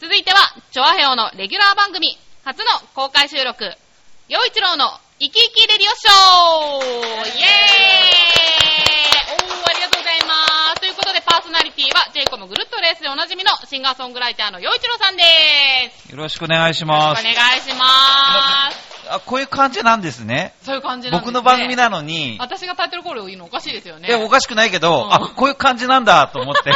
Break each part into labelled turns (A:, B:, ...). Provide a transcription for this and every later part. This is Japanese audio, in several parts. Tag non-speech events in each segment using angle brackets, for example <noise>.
A: 続いては、チョアヘオのレギュラー番組、初の公開収録、陽一郎の生き生きレディオショーイェーイおー、ありがとうございます。ということで、パーソナリティは、ジェイコムぐるっとレースでおなじみのシンガーソングライターの陽一郎さんでーす。
B: よろしくお願いし
A: よろ
B: ま
A: し
B: す
A: くお。願いしまーす。
B: あ、こういう感じなんですね。
A: そういう感じなんです、ね、
B: 僕の番組なのに、
A: 私がタイトルコールを言うのおかしいですよね。
B: いや、おかしくないけど、
A: うん
B: あ、こういう感じなんだと
A: <laughs>
B: 思って。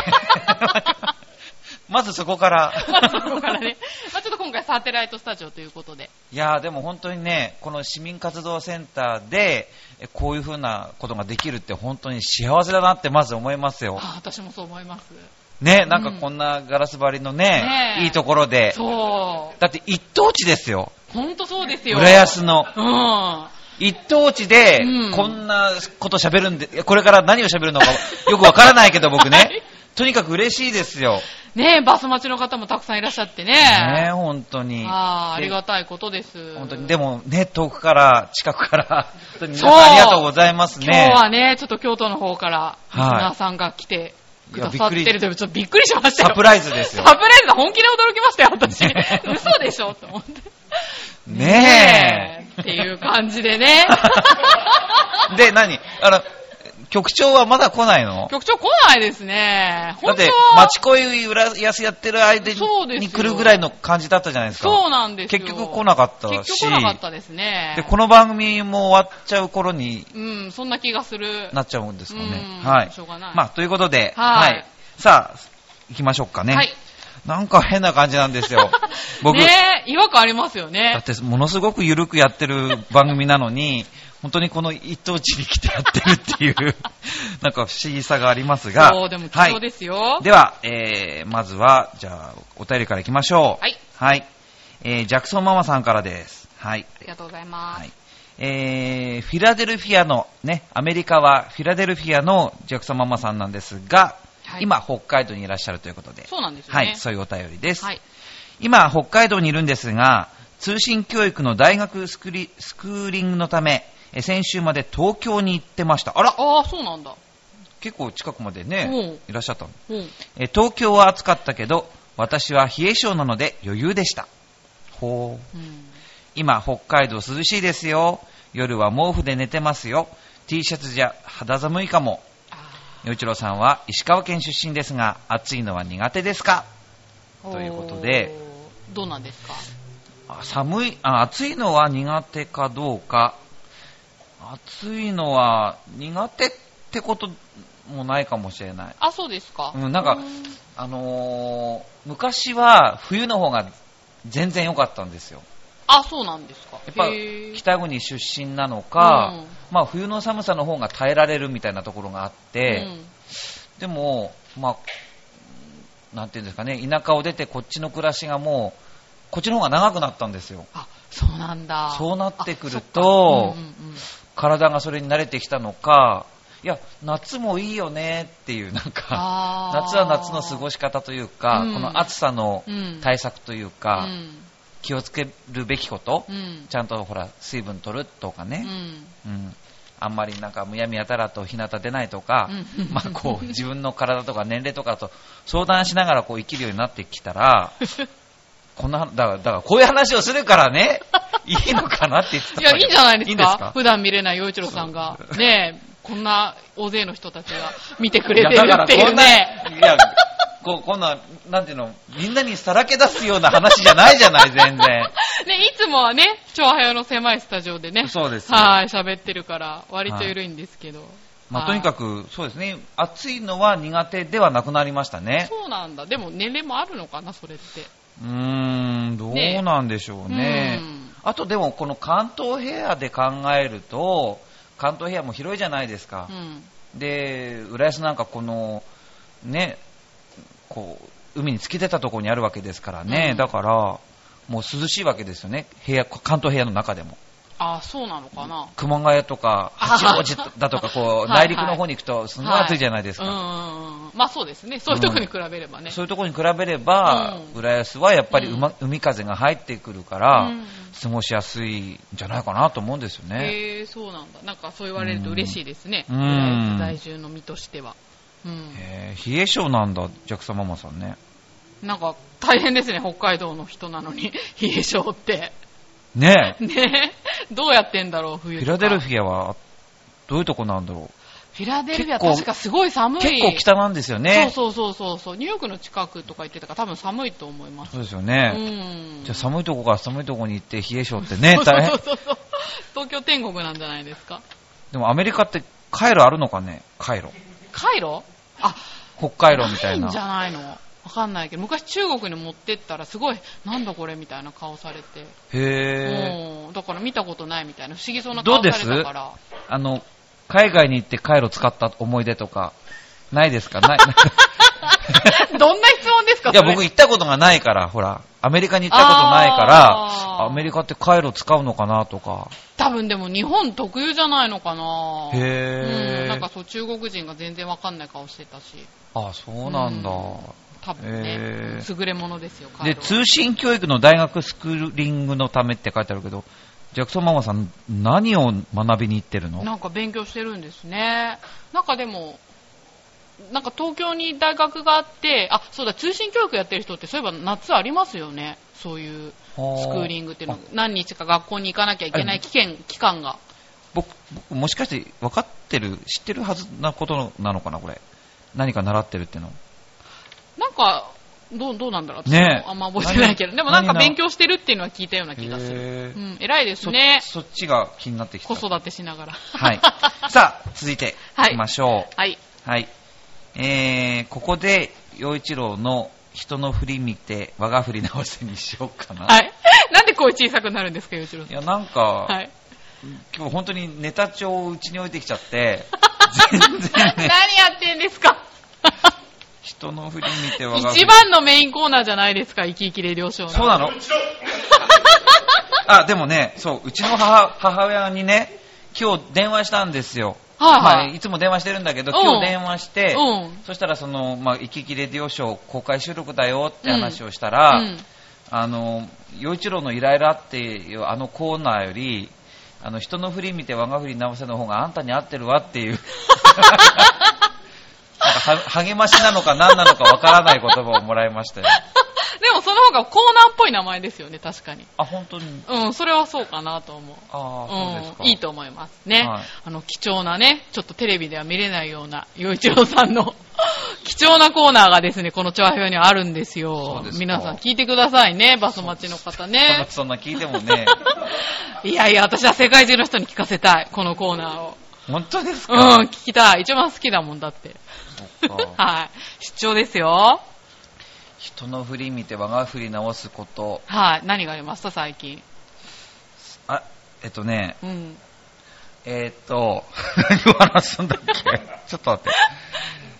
B: まずそこから。
A: まず <laughs> ここからね。まあちょっと今回サテライトスタジオということで。
B: いやーでも本当にね、この市民活動センターで、えこういうふうなことができるって本当に幸せだなってまず思いますよ。
A: あ私もそう思います。
B: ね、なんかこんなガラス張りのね、
A: ねえ
B: いいところで。
A: そ
B: だって一等地ですよ。
A: う。ほんとそうですよ。
B: 浦安の。
A: うん。
B: 一等地で
A: うん、
B: こんなこと喋るんで、いやこれから何を喋るのかよくわからないけど、僕
A: はい
B: ね。とにかく嬉しいですよ。
A: ねえ、バス待ちの方もたくさんいらっしゃってね。
B: ねえ、本当に。
A: ああ、ありが
B: と
A: たいことです。
B: 本当に。でもね、遠くから、近くから、本当に皆
A: そ
B: さ
A: うん
B: ありがとうございますね。
A: 今日はね、ちょっと京都の方から、リス
B: はい
A: ナーさんが来てくださって
B: いやび
A: る
B: っくり
A: という、ちょっとびっくりしましたよ。
B: サプライズですよ
A: サプライズだ、本気で驚きましたよ、私。嘘でしょと思って。
B: ね
A: え。っていう感じで
B: <laughs>
A: ね。
B: え。で、何あの、局長はまだ来ないの
A: 局長来ないですね。
B: だ
A: 本
B: っ
A: 当
B: て、町恋裏安やってる間
A: そうですよ
B: に来るぐらいの感じだったじゃないですか。
A: そうなんですよ。
B: 結局来なかったし
A: 結局来なかったですね。
B: で、この番組も終わっちゃう頃に
A: うん、そんな気がする。
B: なっちゃうんですかね
A: う。ん
B: はい。
A: しょうがない
B: まあ、ということで、
A: はい
B: さあ、行きましょうかね。
A: はい。。
B: なんか変な感じなんですよ
A: <laughs>
B: 僕、
A: ねえ違和感ありますよ
B: だ
A: ね
B: っ。てものすごく緩くやってる番組なのに、本当にこの一等地に来てやってるっていう、 <laughs> なんか不思議さがありますが。
A: そう、でも貴重
B: はい
A: ですよ。
B: では、えー、まずは、じゃあ、お便りからいきましょう。
A: はい。
B: はい。えー、ジャクソンママさんからです。はい。
A: ありがとうございます。
B: はい。えー、フィラデルフィアの、ね、アメリカはフィラデルフィアのジャクソンママさんなんですが、
A: はい
B: 今、北海道にいらっしゃるということで。
A: そうなんですよね。
B: はい、そういうお便りです。
A: はい。
B: 今、北海道にいるんですが、通信教育の大学スクリスクーリングのため、え先週まで東京に行ってました。あら、
A: ああ、そうなんだ。
B: 結構近くまで
A: うん
B: ね、いらっしゃったの。
A: うん。
B: え東京は暑かったけど、私は冷え性なので余裕でした。ほう。
A: うん
B: 今、北海道涼しいですよ。夜は毛布で寝てますよ。T シャツじゃ肌寒いかも。
A: あ
B: 与一郎さんは石川県出身ですが、暑いのは苦手ですか
A: ー
B: ということで。
A: おーどうなんですか
B: あ寒いあ、暑いのは苦手かどうか。暑いのは苦手ってこともないかもしれない。
A: あ、そうですか。
B: うん、なんか、あのー昔は冬の方が全然良かったんですよ。
A: あ、そうなんですか。
B: やっぱ
A: へー
B: 北国出身なのか、
A: うん
B: まあ冬の寒さの方が耐えられるみたいなところがあって、
A: うん
B: でも、まあ、なんていうんですかね、田舎を出てこっちの暮らしがもう、こっちの方が長くなったんですよ。
A: あ、そうなんだ。
B: そうなってくる
A: あそっ
B: と、
A: かうんうんうん
B: 体がそれに慣れてきたのか、いや、夏もいいよねっていう、なんか、
A: あー
B: 夏は夏の過ごし方というか、
A: うん
B: この暑さの
A: うん
B: 対策というか、
A: うん
B: 気をつけるべきこと、
A: うん
B: ちゃんとほら、水分取るとか
A: う
B: ね、 <laughs>
A: ん
B: うん、あんまりなんかむやみやたらと日向出ないとか、
A: うん
B: <laughs> まあこう自分の体とか年齢とかと相談しながらこう生きるようになってきたら、こんなだからだからこういう話をするから
A: <laughs>
B: ね、いいのかなって言ってた
A: い
B: んだ
A: や、
B: け
A: い
B: ど
A: いんじゃないですか
B: いいんですか
A: 普段見れない洋一郎さん
B: <laughs>
A: が、ねえ、こんな大勢の人たちが見てくれ
B: いや
A: てる
B: だから
A: ってい
B: こ
A: うん
B: な、
A: ね。
B: いやこうこんな、なんていうの、みんなにさらけ出すような話じゃないじゃない、
A: <laughs>
B: 全然。
A: ね、いつもはね、超早の狭いスタジオでね、
B: そうですよ
A: はい、喋ってるから、割と緩いんですけど。
B: まあ、とにか
A: く。
B: く、そうですね、暑いのは苦手ではなくなりましたね。
A: そうなんだ。でも年齢もあるのかな、それって。
B: うーん、どうなんでしょうね。
A: うん
B: あとでも、この関東平野で考えると、関東平野も広いじゃないですか
A: う。ん。
B: で、浦安なんかこの、ね、こう、海に突き出たところにあるわけですからね。
A: うん
B: だから、もう涼しいわけですよね。部屋、関東平野の中でも。
A: ああ、そうなのかな。
B: 熊谷とか、
A: あ
B: 八王子だとか、こう、
A: はいはい
B: 内陸の方に行くと、すごい暑いじゃないですか。
A: はうんうんうん。まあそうですね。そういうとこに比べればね。
B: そういうところに比べれば、
A: うん
B: 浦安はやっぱりうま海風が入ってくるから、
A: うん
B: 過ごしやすいんじゃないかなと思うんですよね。
A: へえそうなんだ。なんかそう言われると嬉しいですね。
B: うん
A: 浦安在住の身としては。うん。
B: へえ冷え性なんだ、ジャクサママさんね。
A: なんか大変ですね、北海道の人なのに、 <laughs> 冷え性って。
B: ね
A: ねどうやってんだろう、
B: え、
A: 冬
B: フィラデル
A: ィ
B: フィアはどういうとこなんだろ
A: フィラデルフィア
B: 結構
A: 確かすごい寒
B: う。
A: い。
B: 結構北なんですよね。
A: そうそうそうそうそう、ニューヨークの近くとか言ってたから多分寒いと思います。
B: そうですよ
A: う
B: ね。
A: ん。
B: じゃあ寒いとこから寒いとこに行って冷え性ってね
A: <laughs> そ、うそう
B: 大変。
A: そうそう東京天国なんじゃないですか。
B: でもアメリカってカイロあるのかねカイロ。
A: カイロあ、
B: 北海道みたい
A: な
B: ない
A: ん。じゃないのわかんないけど、昔中国に持ってったらすごい、なんだこれみたいな顔されて。
B: へえ。
A: うん。だから見たことないみたいな、不思議そうな顔されたから。
B: あの、海外に行ってカイロ使った思い出とか、ないですかない。
A: <laughs> どんな質問ですか
B: いや、
A: それ
B: 僕行ったことがないから、ほら、アメリカに行ったことないか
A: あ
B: ら、
A: ー
B: アメリカってカイロ使うのかなとか。
A: 多分でも日本特有じゃないのかな
B: へー
A: うん、なんかそう中国人が全然わかんない顔してたし
B: あ、そうなんだ。
A: うん多分ね
B: へ
A: 優れものですよカイ
B: で、
A: ロ
B: 通信教育の大学スクーリングのためって書いてあるけど、ジャクソンママさん、何を学びに行ってるの
A: なんか勉強してるんですねなんかでもなんか東京に大学があってあそうだ通信教育やってる人ってそういえば夏ありますよねそういう
B: スク
A: スクーリングっていうの何日か学校に行かなきゃいけない期間期間が
B: 僕、僕もしかして分かってる、知ってるはずなことなのかな、これ。何か習ってるっていうの。
A: なんかどうどうなんだろう私
B: ねえ
A: もあんま覚えてないけど、
B: 何
A: でもなんか
B: 何な
A: 勉強してるっていうのは聞いたような気がする
B: へー
A: うん、偉いです
B: そ
A: ね。
B: そっちが気になってきた。
A: 子育てしながら。 <laughs>
B: はい。さあ、続いて、
A: はい
B: 行きましょう。
A: はい。
B: はい。えー、ここで、陽一郎の人の振り見て、我が振り直せにしようかな。
A: はい。 <laughs> なんで声小さくなるんですか、よちろ
B: い
A: さん。
B: や、なんか、
A: はい。
B: 今日本当にネタ帳をうちに置いてきち
A: <laughs>
B: ゃって、全然
A: 何
B: ね、
A: やってんですか
B: 人の振り見て我が振
A: 一
B: り。
A: 番のメインコーナーじゃないですか、生き生きで了承の。
B: そうな
A: <laughs>
B: のあ、でもね、そう、うちの母母親にね、今日電話したんですよ。
A: はいはい
B: まあいつも電話してるんだけど、
A: うん
B: 今日電話して、
A: うん
B: そしたらその、まあ、行き来レディオショー公開収録だよって話をしたら、
A: うん。
B: あの、洋一郎のイライラっていうあのコーナーより、あの、人の振り見て我が振り直せの方があんたに合ってるわっていう。なんか <laughs> は励ましなのか何なのかわからない言葉をもらいましたよ。
A: でもその方がコーナーっぽい名前ですよね、確かに。
B: あ、本当に。
A: うん、それはそうかなと思う。
B: ああ、そうです
A: う
B: か。
A: ん、いいと思いますね、
B: はい
A: あの貴重なね、ちょっとテレビでは見れないような、 <laughs> 洋一郎さんの <laughs> 貴重なコーナーがですね、この調和表にあるんです
B: そ
A: よ
B: うです。か
A: 皆さん聞いてくださいね、バス待ちの方ね。
B: そんな聞いても
A: <laughs>
B: ね、
A: いやいや、私は世界中の人に聞かせたい、このコーナーを。
B: 本当です
A: うん
B: か、、
A: 聞きたい。一番好きだもんだって。
B: そっ
A: <laughs>
B: か
A: はい。出張ですよ。
B: 人の振り見て我が振り直すこと。
A: はい。何がありました最近。
B: あ、えっとね、
A: うん。
B: えーっと、 <laughs> 何を話すんだっけちょっと待っ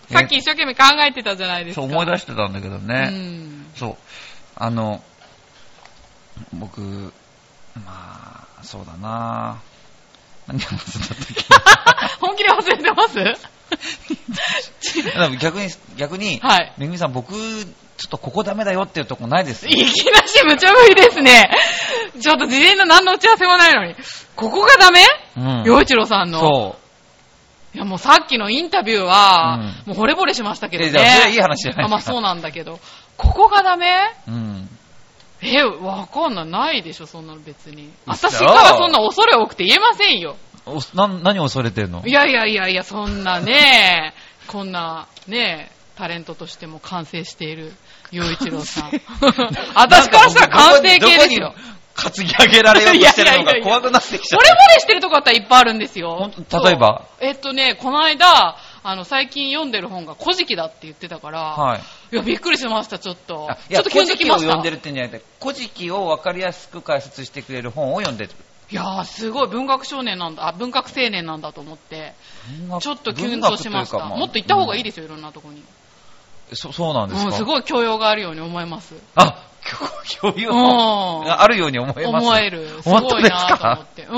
B: て。
A: さっき一生懸命考えてたじゃないです
B: そ
A: か。
B: う思い出してたんだけどね。
A: うん。
B: そう。あの、僕、まあ、そうだな何話すんだったっ
A: <laughs> 本気で忘れてます
B: けで
A: <laughs>
B: も逆に、逆に、
A: はい
B: めぐみさん、僕、ちょっとここダメだよっていうとこないです。
A: いきなし無茶ぶりですね。ちょっと事前の何の打ち合わせもないのに。ここがダメ
B: うん
A: 洋、一郎さんの。
B: そう。
A: いやもうさっきのインタビューは、もう惚れ惚れしましたけどね。
B: えじゃあそれはいい話じゃないですか
A: あまあそうなんだけど。ここがダメ
B: うん。
A: え、わかんない。ないでしょ、そんなの別に。
B: 嘘
A: 私からそんな恐れ多くて言えませんよ。
B: おな何を恐れてるの <laughs>
A: いやいやいやいや、そんなね、こんなね、タレントとしても完成している、洋一郎さん。
B: <laughs>
A: 私からしたら完成形ですよ
B: どこ。に担ぎ上げられようとしてる
A: い
B: の
A: やいやいや
B: が
A: いや
B: 怖くなってきち
A: 惚
B: ゃ
A: れ
B: っ
A: 惚れしてるとこだったらいっぱいあるんです
B: ほん
A: よ。
B: と例えば
A: そうえっとね、この間、あの、最近読んでる本が古事記だって言ってたから、
B: た。はい。
A: い、や、びっくりしました、ちょっと
B: あ。い
A: ちょ
B: や、
A: っとキュ
B: 古
A: ンと
B: 事
A: き
B: 記を
A: ました。
B: 読んでるってんじゃなくて、古事記を分かりやすく解説してくれる本を読んでる。
A: いやー、すごい文学少年なんだ、あ、文学青年なんだと思って、ちょっとキュンとしました。
B: 文学いうかあ
A: もっと行った方がいいですよ、いろんなとこに。
B: そそうなんですか、
A: うん、すごい教養があるように思います。
B: あ、共有
A: うん
B: あるように思います。
A: 思える。す
B: 本当
A: ごい
B: です
A: なと思
B: か
A: って。うん。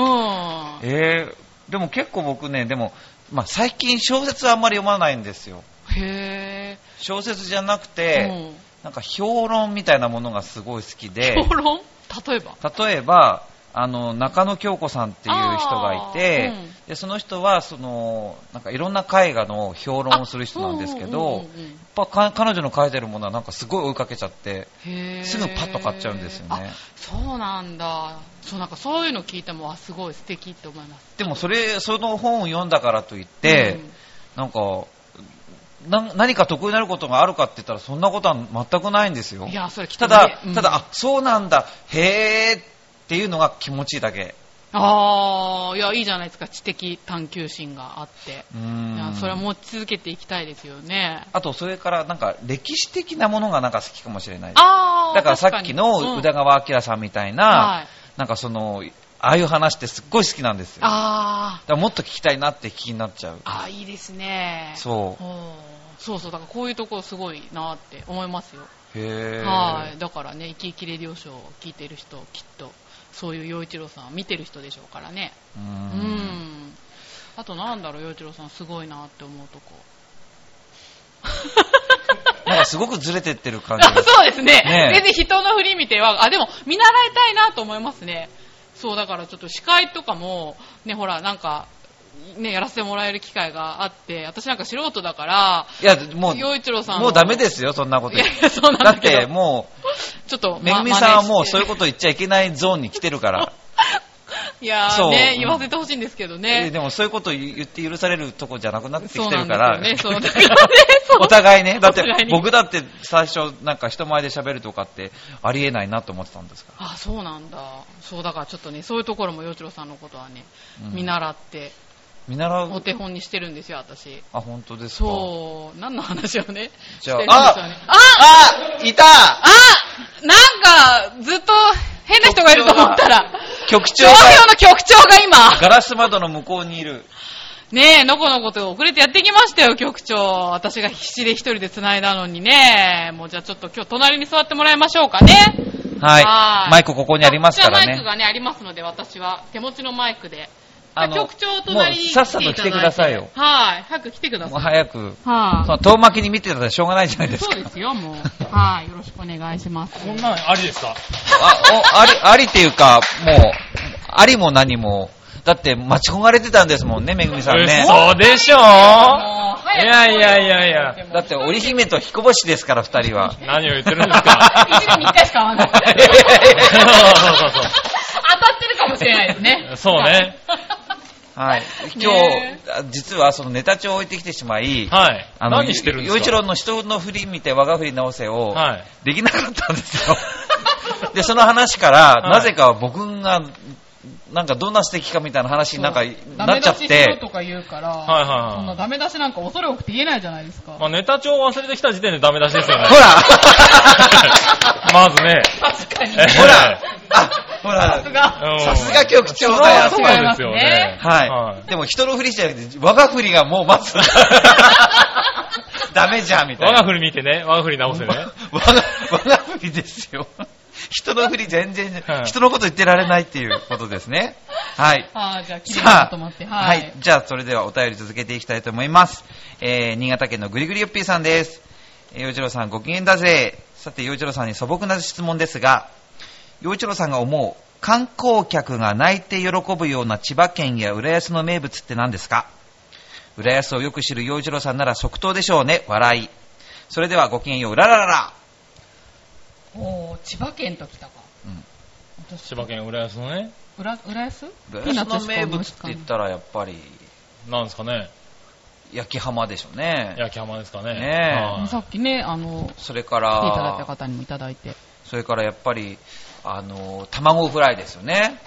B: えー、でも結構僕ね、でも、まあ、最近小説はあんまり読まないんですよ。
A: へ
B: 小説じゃなく
A: ぇ
B: て、
A: ー。 <laughs>
B: なんか評論みたいなものがすごい好きで
A: うん。、評論例えば。
B: 例えば、あの中野京子さんっていう人がいて、
A: あーうん
B: でその人はそのなんかいろんな絵画の評論をする人なんですけど、
A: あうんうんうんうん
B: やっぱか彼女の描いてるものはなんかすごい追いかけちゃって
A: へー
B: すぐパッと買っちゃうんですよね
A: あそうなんだそうなんかそういうの聞いてもあすごい素敵って思います
B: でもそれその本を読んだからといって、なんかな何か得意になることがあるかって言ったらそんなことは全くないんです
A: う
B: よ
A: んいやそれきっと
B: た
A: ね
B: だ、
A: うん
B: ただあそうなんだへーっていうのが気持ちいいだけ
A: ああいやいいじゃないですか知的探求心があって
B: う
A: いや
B: ん
A: それは持ち続けていきたいですよね
B: あとそれからなんか歴史的なものがなんか好きかもしれない
A: ああ
B: だからさっきの宇田
A: が、
B: 川明さんみたい
A: うん
B: な、
A: はい、
B: なんかそのああいう話ってすっごい好きなんですよだか
A: あー
B: らもっと聞きたいなって気になっちゃう
A: あーいいですね
B: そ
A: おーそうそうだからこういうところすごいなって思いますよ
B: うへー
A: はいだからね「生き生きレディオショー」を聞いてる人きっとそういう陽一郎さんを見てる人でしょうからね
B: う
A: うんんあとなんだろう陽一郎さんすごいなって思うとこ
B: なんかすごくずれてってる感じ
A: あ <laughs>
B: が
A: そうですね
B: ねえ
A: 全然人の振り見てはあでも見習いたいなと思いますねそうだからちょっと司会とかもねほらなんかねやらせてもらえる機会があって私なんか素人だから
B: いやもう
A: 陽一郎さんの
B: もうダメですよそんなこと
A: いやいや <laughs> そうなん
B: だ
A: だ
B: っ
A: けど
B: ても
A: ちょっと、
B: うめぐみさんはもうそういうこと言っちゃいけないゾーンに来てるから
A: と。いや
B: そ
A: ー
B: う
A: ね
B: う、ん
A: 言わせてほしいんですけど
B: えー
A: ね。
B: でもそういうこと言って許されるとこじゃなくなってき
A: そう
B: て
A: な
B: る
A: ん
B: か
A: です
B: ら
A: よね。そうだからね、
B: <laughs>
A: そう。
B: お互いね、だって
A: お互いに
B: 僕だって最初なんか人前で喋るとかってありえないなと思ってたんですから。
A: あ、そうなんだ。そうだからちょっとね、そういうところも洋一郎さんのことはね、
B: うん
A: 見習って、
B: 見習
A: お
B: う。
A: 手本にしてるんですよ、私。
B: あ、本当ですか。
A: そう、何の話をね、
B: じゃあ
A: してるんですよね。あ
B: あいた
A: あなんか、ずっと変な人がいると思ったら、
B: 局長
A: 調教
B: が
A: の局長が今、
B: ガラス窓の向こうにいる。
A: ねえ、のこのこと遅れてやってきましたよ、局長。私が必死で一人で繋いだのにね。もうじゃあちょっと今日隣に座ってもらいましょうかね。
B: はい。マイクここにありますか
A: じ
B: ら
A: ゃあマイク
B: ね。
A: がね、ありますので、私は手持ちのマイクで。
B: あの
A: 局長隣に
B: もうさっさと来てくださいよ
A: 来てただはい。早く来てくだ
B: も
A: さ
B: う
A: い。
B: 早く。そ
A: は
B: の遠巻きに見てたらしょうがないじゃない
A: い。
B: です
A: そう
B: か。
A: ですよ、もう。はい。よろしくお願いします。
C: こんなんありですか
B: あ、お、あり、ありっていうか、もう、ありも何も。だって待ち焦がれてたんですもんね、めぐみさんね。
C: 嘘でしょ
A: もう
C: いやいやいやいや。
B: だって織姫と彦星ですから、二人は。
C: 何を言ってるんです <laughs> か
A: 一年に一回しか会
C: <laughs>
A: わない。当たっ
C: そうそう
A: てるかもしれないですね。
C: そうね。
B: はい。今
A: ね
B: 日、あ実はそのネタ帳を置いてきてしまい、
C: はい。
B: あの、
C: 何してるんです
B: よいちろ
C: か
B: うの人の振り見て我が振り直せを、
C: はい
B: できなかったんですよ。 <laughs> で、その話から、
C: はい
B: なぜか僕が、なんかどんな素敵かみたいな話に <laughs> なんかなっちゃ
A: ダ
B: っ
A: メ出ししろ
B: て、
A: とか言うから、
C: はいはいはい
A: そんなダメ出しなんか恐れ多くて言えないじゃないですか。
C: まあ、ネタ帳を忘れてきた時点でダメ出しです <laughs> よね
B: ほ。ら
C: まずね。
A: 確かに。 <laughs>
B: ほらあ、ほ
A: さす
B: ら
A: が。
C: うん
B: さすが局長だよ
A: そ
C: そうう。
A: 違いま
C: ですす
A: ね
C: よね。
B: はい。でも人の振りじゃなくて、我が振りがもうま
C: <laughs>
B: ず、ダメじゃん、みたい
C: 我
B: な
C: が。振り見てね、我が振り直せね。
B: わが、わが振りですよ。人の振り全然
C: は、い
B: 人のこと言ってられないっていうことですね。はい。
A: あーじゃあ、綺麗
B: さ
A: だと
B: あ、
A: 思って。
B: は
A: はいい。。
B: じゃあ、それではお便り続けていきたいと思います。えー、新潟県のぐりぐりよっぴーさんです。えー、洋一郎さん、ご機嫌だぜ。さて、洋一郎さんに素朴な質問ですが、洋一郎さんが思う、観光客が泣いて喜ぶような千葉県や浦安の名物って何ですか浦安をよく知る洋一郎さんなら即答でしょうね。笑い。それではごきげんよう、うらららら。
A: おー千葉県と来たか。
B: うん
A: 私、
C: 千葉県浦安のね。
A: 浦浦安
B: 浦安の名物って言ったらやっぱり
C: なんですかね。
B: 焼き浜でしょうね。
C: 焼き浜ですかね。
B: ねえ
C: はい
A: さっきね、あの、
B: それか
A: 来ていただいた
B: ら、
A: 方にもいただいて。
B: それからやっぱり、あの、卵フライですよね。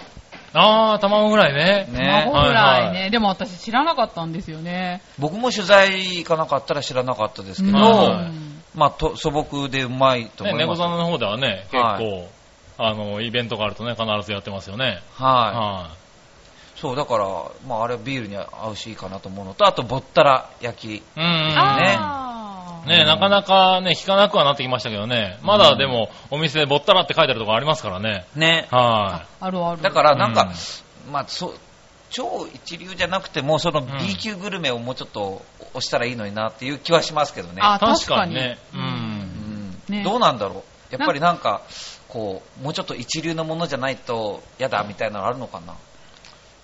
C: あー、卵ぐらいね。
B: ね
A: 卵フライ
C: はい
A: ね。でも私知らなかったんですよね。
B: 僕も取材行かなかったら知らなかったですけど、
C: うんはい
B: まあと素朴でうまいと
C: ね、
B: 思い
C: 猫
B: ます。
C: さんの方ではね、結構、
B: はい
C: あの、イベントがあるとね、必ずやってますよね。
B: は。
C: はい
B: そう、だから、まああれはビールに合うしいいかなと思うのと、あと、ぼったら焼き。
C: い。うんうんうん。
A: あー
C: ね
B: うん
C: なかなかね、聞かなくはなってきましたけどね。まだでも、お店でぼったらって書いてあるとこありますからね。
B: ね。
C: は
A: あるある。
B: だから、なんか、まあそう、超一流じゃなくても、その B 級グルメをもうちょっと押したらいいのになっていう気はしますけどね。
A: あ
C: い。
A: 確
C: 確
A: か
C: か
A: に
C: にね。うん。
B: うん
A: ね
B: どうなんだろうやっぱりなんか、こうもうちょっと一流のものじゃないと嫌だみたいなのあるのかな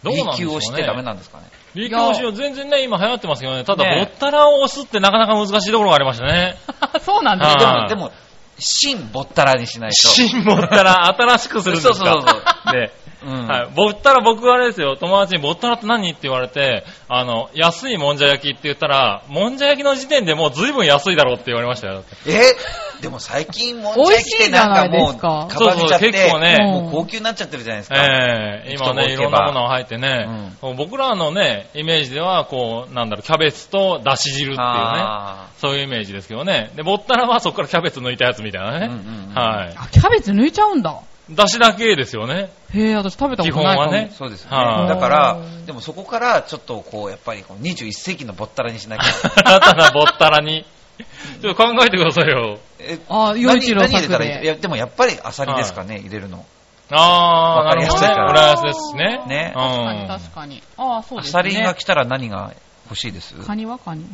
C: どうなんでし
B: B 級
C: ょうね。
B: をしてダメなんですかね
C: リ教授全然ね、今流行ってますけどね、ただ、ぼ
B: ね
C: ったらを押すってなかなか難しいところがありましたね。
A: <laughs> そうなんだ。
C: は
B: で
C: あ
B: もでも新ぼったらにしないと
C: <laughs> 新ぼったら新しくするんですか
B: そうそうそう
C: で、
B: うん
C: <laughs> はい、ぼったら僕あれですよ、友達にぼったらって何って言われて、あの、安いもんじゃ焼きって言ったら、もんじゃ焼きの時点でもう随分安いだろうって言われましたよ。
B: えでも最近もんじゃ焼きってなんか
A: 美味しいじゃないで
B: も
A: すか
B: うかばれちゃって
C: そうそう結構ね
B: もう高級になっちゃってるじゃないですか、
C: ええ今ね、い
B: 生きとこういけば
C: ろんなものが入ってね、僕らのね、イメージでは、こう、なんだろう、キャベツとだし汁っていうね。
B: あ
C: そういうイメージですけどね。で、ぼったらはそこからキャベツ抜いたやつみたいなね。
B: うんうんうん
C: はい。
A: あキャベツ抜いちゃうんだ。
C: だしだけですよね。
A: へえ、私食べたことないかも。
C: 基本はね
B: ーそうですよ
C: は
B: ね
A: い
B: だから
A: うん
B: でもそこからちょっとこうやっぱりこう21世紀のぼったらにしなき
C: <laughs>
B: ゃ
C: 新たなぼったら
B: <laughs>
C: に。ちょっと考えてくださいよ。
B: え
A: あー陽
B: 何
A: 一郎
B: 何入
A: 作で
B: れたらいいいやでもやっぱりアサリですかね入れるの
C: あー、
B: わかりやすいか
C: なる
B: ら
C: ほどね。浦安ですしね。
B: ね
C: う
A: 確かに
C: ん。
A: 確かに。ああ、そう
B: ア
A: ですね。
B: サリが来たら何が欲しいです
A: カニはカニ。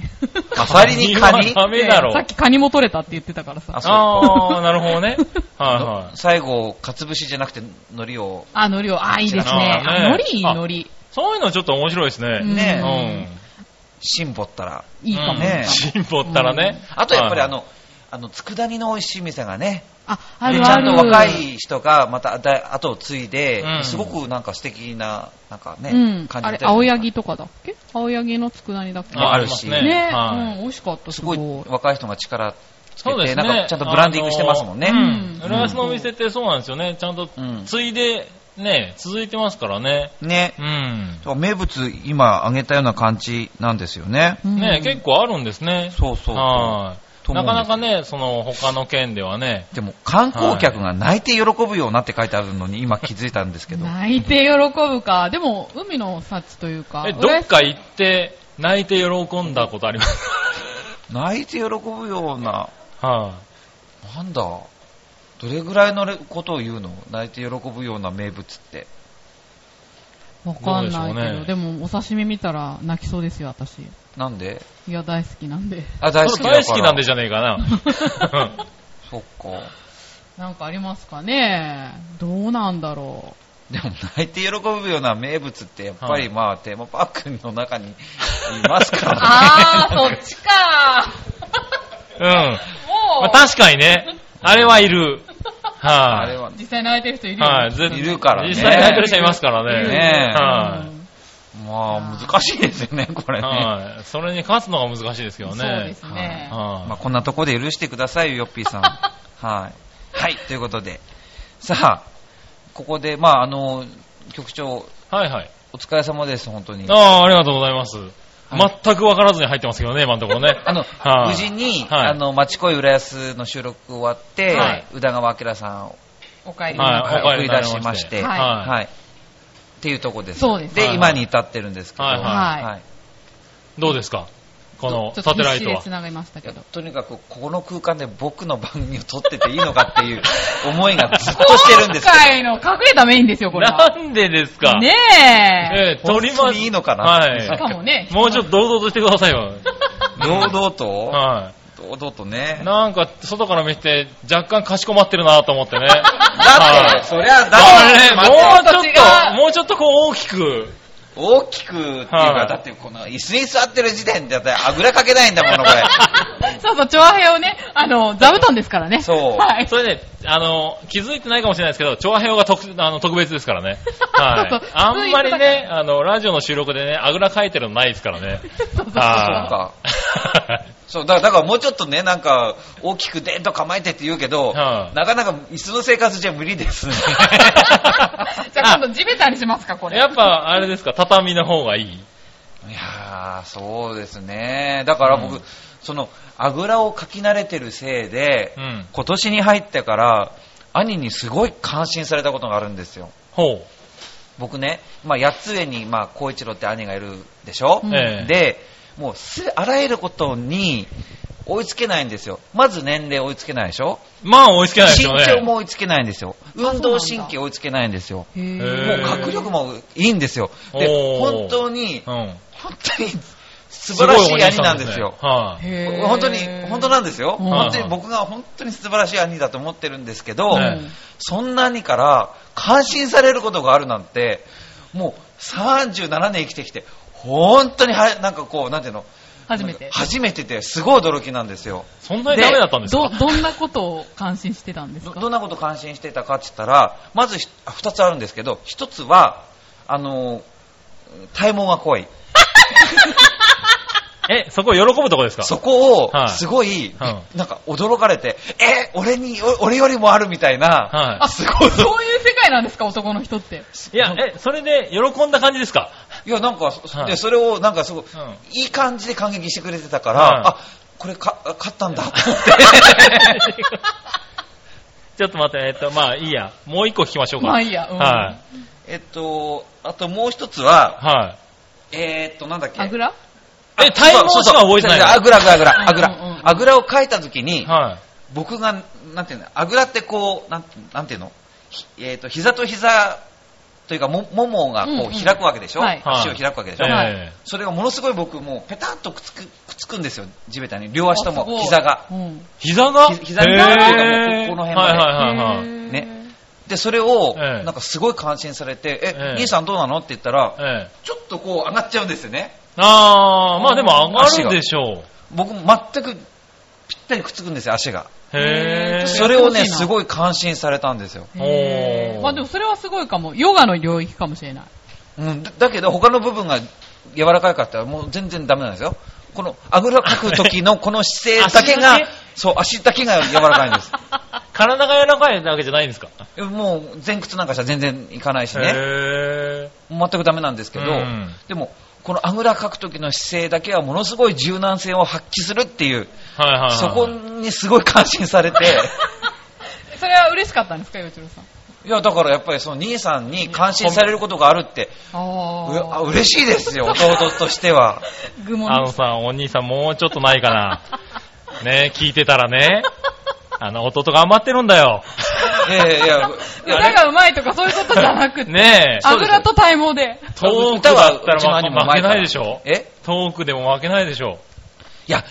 B: アサリにカニ
C: はダメだろ
A: さっ。きカニも取れたって言ってたからさ
B: あ。
C: あー、なるほどね。
B: <laughs>
C: はいはい。
B: 最後、かつぶしじゃなくて、海苔を。
A: あ、海苔を。あ、いいですね。
C: あーね
A: あ海苔いい
C: あ
A: 海苔。
C: そういうのちょっと面白いですね。
B: ねう
C: う。
B: ん芯ぼったら。
A: いいかも。
B: ね
A: いいかも
C: 新ぼったらね。
B: あとやっぱり
C: は
B: あ
C: いはい、
B: の、あの、佃煮の美味しい店がね、
A: あ、あ
B: で
A: る
B: ちゃ
A: あ
B: ん
A: る。
B: と若い人がまただ後を継いで、
C: うん
B: すごくなんか素敵な、なんかね、
A: うん。
B: 感じ
A: あれ、
B: たよ
A: 青
B: ね
A: 柳とかだっけ青柳の佃煮だっけ
B: も
C: あ
B: あ
C: り
B: る
C: ます
B: し
C: ね。
A: ね、
C: は
A: う
C: い
A: ん、美味しかった、
B: す
A: すご
B: ご
A: い。
B: いう若い人が力つけ
C: そう
B: て、
C: ですね。
B: なんかちゃんとブランディングしてますもんね。
C: あのーうん。
A: うん
C: 浦安のお店ってそうなんですよね。ちゃんと
B: うん、
C: ついで、ね、続いてますからね。
B: ね。
C: うん。
B: 名物、今挙げたような感じなんですよね。
A: ん
C: ね、結構あるんですね。
B: そうそうそう。
C: は
B: と
C: い。
B: 思う
C: なん
B: です
C: かなかね、その他の県ではね、
B: でも観光客が泣いて喜ぶようなって書いてあるのに今気づいたんですけ
A: <laughs>
B: ど。
A: 泣いて喜ぶか。でも、海の幸というか。
C: え、どっ
A: 浦
C: か行って泣いて喜んだことあります
B: 泣いて喜ぶような、 <laughs>
C: は
B: なんだ、どれぐらいのれことを言うの泣いて喜ぶような名物って。
A: 安わかんないけ
C: どうでしょう
A: ど、
C: ね
A: でも、お刺身見たら泣きそうですよ、私。
B: なんで
A: いや、大好きなんで。 <laughs>
B: あ、
C: い
B: 大好きだから
C: 大好きなんでじゃねえか <laughs> な。
B: そっか。
A: なんかありますかねどうなんだろ
B: でも泣いて喜ぶような名物ってやっぱ
C: はい
B: りまあテーマパークの中にいますか
C: <laughs>
A: う。
B: らね。
A: <laughs> あー、そっちか。
C: うん。ま
A: も
C: あ、確かにね、あれはいる。
B: あ
C: は
B: れ
C: い。
B: は
A: 実際泣いてる人いるよね
C: はい、絶
B: いるからね
C: 実際泣いてる人いますからね。
B: ねえ
C: は
A: うん
B: まあ難しいですよね、これ
C: い。
B: ね。
C: はい。それに勝つのが難しいですけどね。
A: そうですね。
B: まあ、
C: は
B: こんなとこで許してくだ
C: <laughs>
B: さいよ、ヨッピーさん。はい。はい、ということで。さあ、ここで、まあ、あの、局長、
C: い。はいはい。
B: お疲れ様です、本当に。
C: あ
B: あ
C: あ、ありがとうございます。
B: い
C: 全く分からずに入ってますけどね、今のところね。
B: <laughs> の、
C: はい
B: 無事に、
C: はい
B: あの、町恋浦安の収録終わって、
C: はい
B: 宇田川明さんを、
A: お帰りなさい。
C: はい
B: はい
C: お帰りに
B: 送
C: な
B: り
C: り
B: 出
C: まして
B: しまして、
A: はい
B: はいっていうとこです。
A: そうです
B: で、
C: はい
B: 今に至ってるんですけど、
C: はい
A: はい
C: どうですかこの
A: ちょっ
C: サ
A: と
C: テラ
A: 必死
C: イト
A: で
C: は。
A: 繋がりました
B: い
A: け
B: や
C: <laughs>
A: ど。
B: とにかく、ここの空間で僕の番組を撮ってていいのかっていう思いがずっとしてるんですけ
A: 今回の隠れたメインですよ、これは。
C: なんでですか
A: ねえ。
C: ええ、
B: ど、
C: 取りま
B: 本当にいいのかな、
C: はい
A: しかもね、
C: もうちょっと堂々としてくださ
B: <laughs>
C: いよ。
B: 堂々と、
C: は
B: 堂々とね
C: い。。なんか、外から見て、若干かしこまってるなと
B: <laughs>
C: 思ってね。だ
B: だって、そりゃ、
C: あ
B: だ
C: れ、
B: って、
C: もうち
A: と違
C: ょっと、もうちょっとこう大きく。
B: 大きくっていう
C: は
B: か
C: い、
B: だってこの椅子に座ってる時点で、だってあぐらかけないんだもの、
C: <laughs>
B: こ
A: <laughs> そうそう、長編をね、あの、座布団ですからね。
B: そう
A: はい。
C: それね、あの、気づいてないかもしれないですけど、長編が特あの特別ですからね。は
B: <laughs>
A: そう
C: い
A: そう。
C: あんまりね、あの、ラジオの収録でね、あぐらかいてるのないですから
B: <laughs>
C: ね。
A: <laughs>
C: は
B: れ。そう、だから、だからもうちょっとね、なんか、大きくでんと構えてって言うけど、
C: はい
B: なかなか椅子の生活じゃ無理です
C: <laughs>
B: ね。
A: じゃあ今度地べたにしますか、これ。
C: <laughs> やっぱ、あれですか、畳の方がいい
B: いやー、そうですね。だから僕、
C: うん
B: その、あぐらをかき慣れてるせいで、
C: うん
B: 今年に入ってから、兄にすごい感心されたことがあるんですよ。
C: ほ
B: 僕ね、まあ、八つ上に、まあ、光一郎って兄がいるでしょ、
A: うん
C: う。ええ。
B: で、もうす、あらゆることに追いつけないんですよ。まず年齢追いつけないでしょ
C: まあ、追いつけないです
B: 身
C: よね。
B: 長も追いつけないんですよ。運動神経追いつけないんですよ。
A: へ
B: も
A: ー
B: う
C: へー
B: 学力もいいんですよ。で、
C: おー
B: 本当に、
C: うん。
B: 本当に、素晴らしい兄なんですよ。
C: はい。
A: へー
B: 本当に、本当なんですよ。
A: うん
B: 本当に僕が本当に素晴らしい兄だと思ってるんですけど、
C: はい
B: そんな兄から感心されることがあるなんて、もう37年生きてきて、本当には、なんかこう、なんていうの、
A: 初めて。
B: 初めてで、すごい驚きなんですよ。
C: そんなにダメだったんです
A: ど、
C: か
A: どんなことを感心してたんです
B: ど
A: か
B: どんなこと感心してたかって言ったら、まずひあ二つあるんですけど、一つは、あのー、体毛が濃い。
C: え、そこ喜ぶとこですか
B: そこ
C: は
B: を、
C: い
B: すごい、
C: は
B: なんか驚かれて、え、俺に、お俺よりもあるみたいな、
C: は
A: あ、
B: すごい
A: そういう世界なんですか、男の人って。
C: い。いや、え、それで喜んだ感じですか
B: いや、なんか、そ
C: はい
B: でそれを、なんかすごい、
C: うん
B: いい感じで感激してくれてたから、
C: はい
B: あ、これか、勝ったんだって。
C: <laughs> ちょっと待って、えっと、まあいいや。もう一個聞きましょうか。
A: まあいいやうん
C: はい。
B: <laughs> えっと、あともう一つは、
C: は
B: えーっと、なんだっけ。
A: あぐら
C: い。え、体毛しか覚えてないの
B: あぐら、あぐら、あぐら、あぐ
A: うんうんうん
B: ら。あぐらを描いたときに、
C: はい。
B: 僕が、なんていうの、あぐらってこう、なんなんていうの、ひえっ、と、膝と膝というか、も、ももが
A: うん
B: こ
A: う
B: うん開くわけでしょ、
A: はい
B: 足を開くわけでしょ、
A: はい
C: え
B: それがものすごい僕、もう、ペタンとくっつく、くっつくんですよ、地べたに。両足と
A: あすご
B: も、
A: い
B: 膝が。
A: うん。
C: え膝が
B: ひ膝になんていうかもうここの辺まで
C: はいはいはいはい。
A: へー
B: ねで、それを、
C: ええ
B: なんかすごい感心されて、え、
C: ええ
B: 兄さんどうなのって言ったら、
C: ええ。
B: ちょっとこう上がっちゃうんですよね。
C: あー、まあでも上がるでしょ
B: 僕、全く、ぴったりくっつくんですよ、足が。
C: う。へ
A: え
C: え。
B: それをね、
A: 欲しいな
B: すごい感心されたんですよ。
A: へ
C: お
A: ー
C: ー
A: まあでもそれはすごいかも。ヨガの領域かもしれない。
B: うん、だだけど他の部分が柔らかいかったらもう全然ダメなんですよ。このあぐらかく時
C: <laughs>
B: のこの姿勢だけが
C: 足だけ、
B: そう、足だけが柔らかいんです。 <laughs>
C: 体が柔らかいわけじゃないんですか
B: もう前屈なんかしたら全然いかないしね。
C: へ
B: 全くダメなんですけど
C: うん、
B: でも、このあぐらかく時の姿勢だけはものすごい柔軟性を発揮するっていう、
C: ー。はいはいはい。
B: そこにすごい感心され
A: <laughs>
B: て、
C: <laughs>
A: それは嬉しかったんですか、よちろさん。
B: いや、だからやっぱりその兄さんに感心されることがあるって、うあ
A: あ
B: 嬉しいですよ、弟として
C: <laughs>
B: は。
A: あ。愚問
C: あ
A: で
C: の
A: す。
C: さ、お兄さんもうちょっとないかな。ね聞いてたらね。あの、弟頑張ってるんだよ。
B: いやいやいや、いや
A: <laughs> 歌が上手いとかそういうことじゃな <laughs> くて。
C: ねえ。
A: あぐらと体毛で。
C: トークだったらま負けないでしょ
B: え
C: トークでも負けないでしょ
B: いや、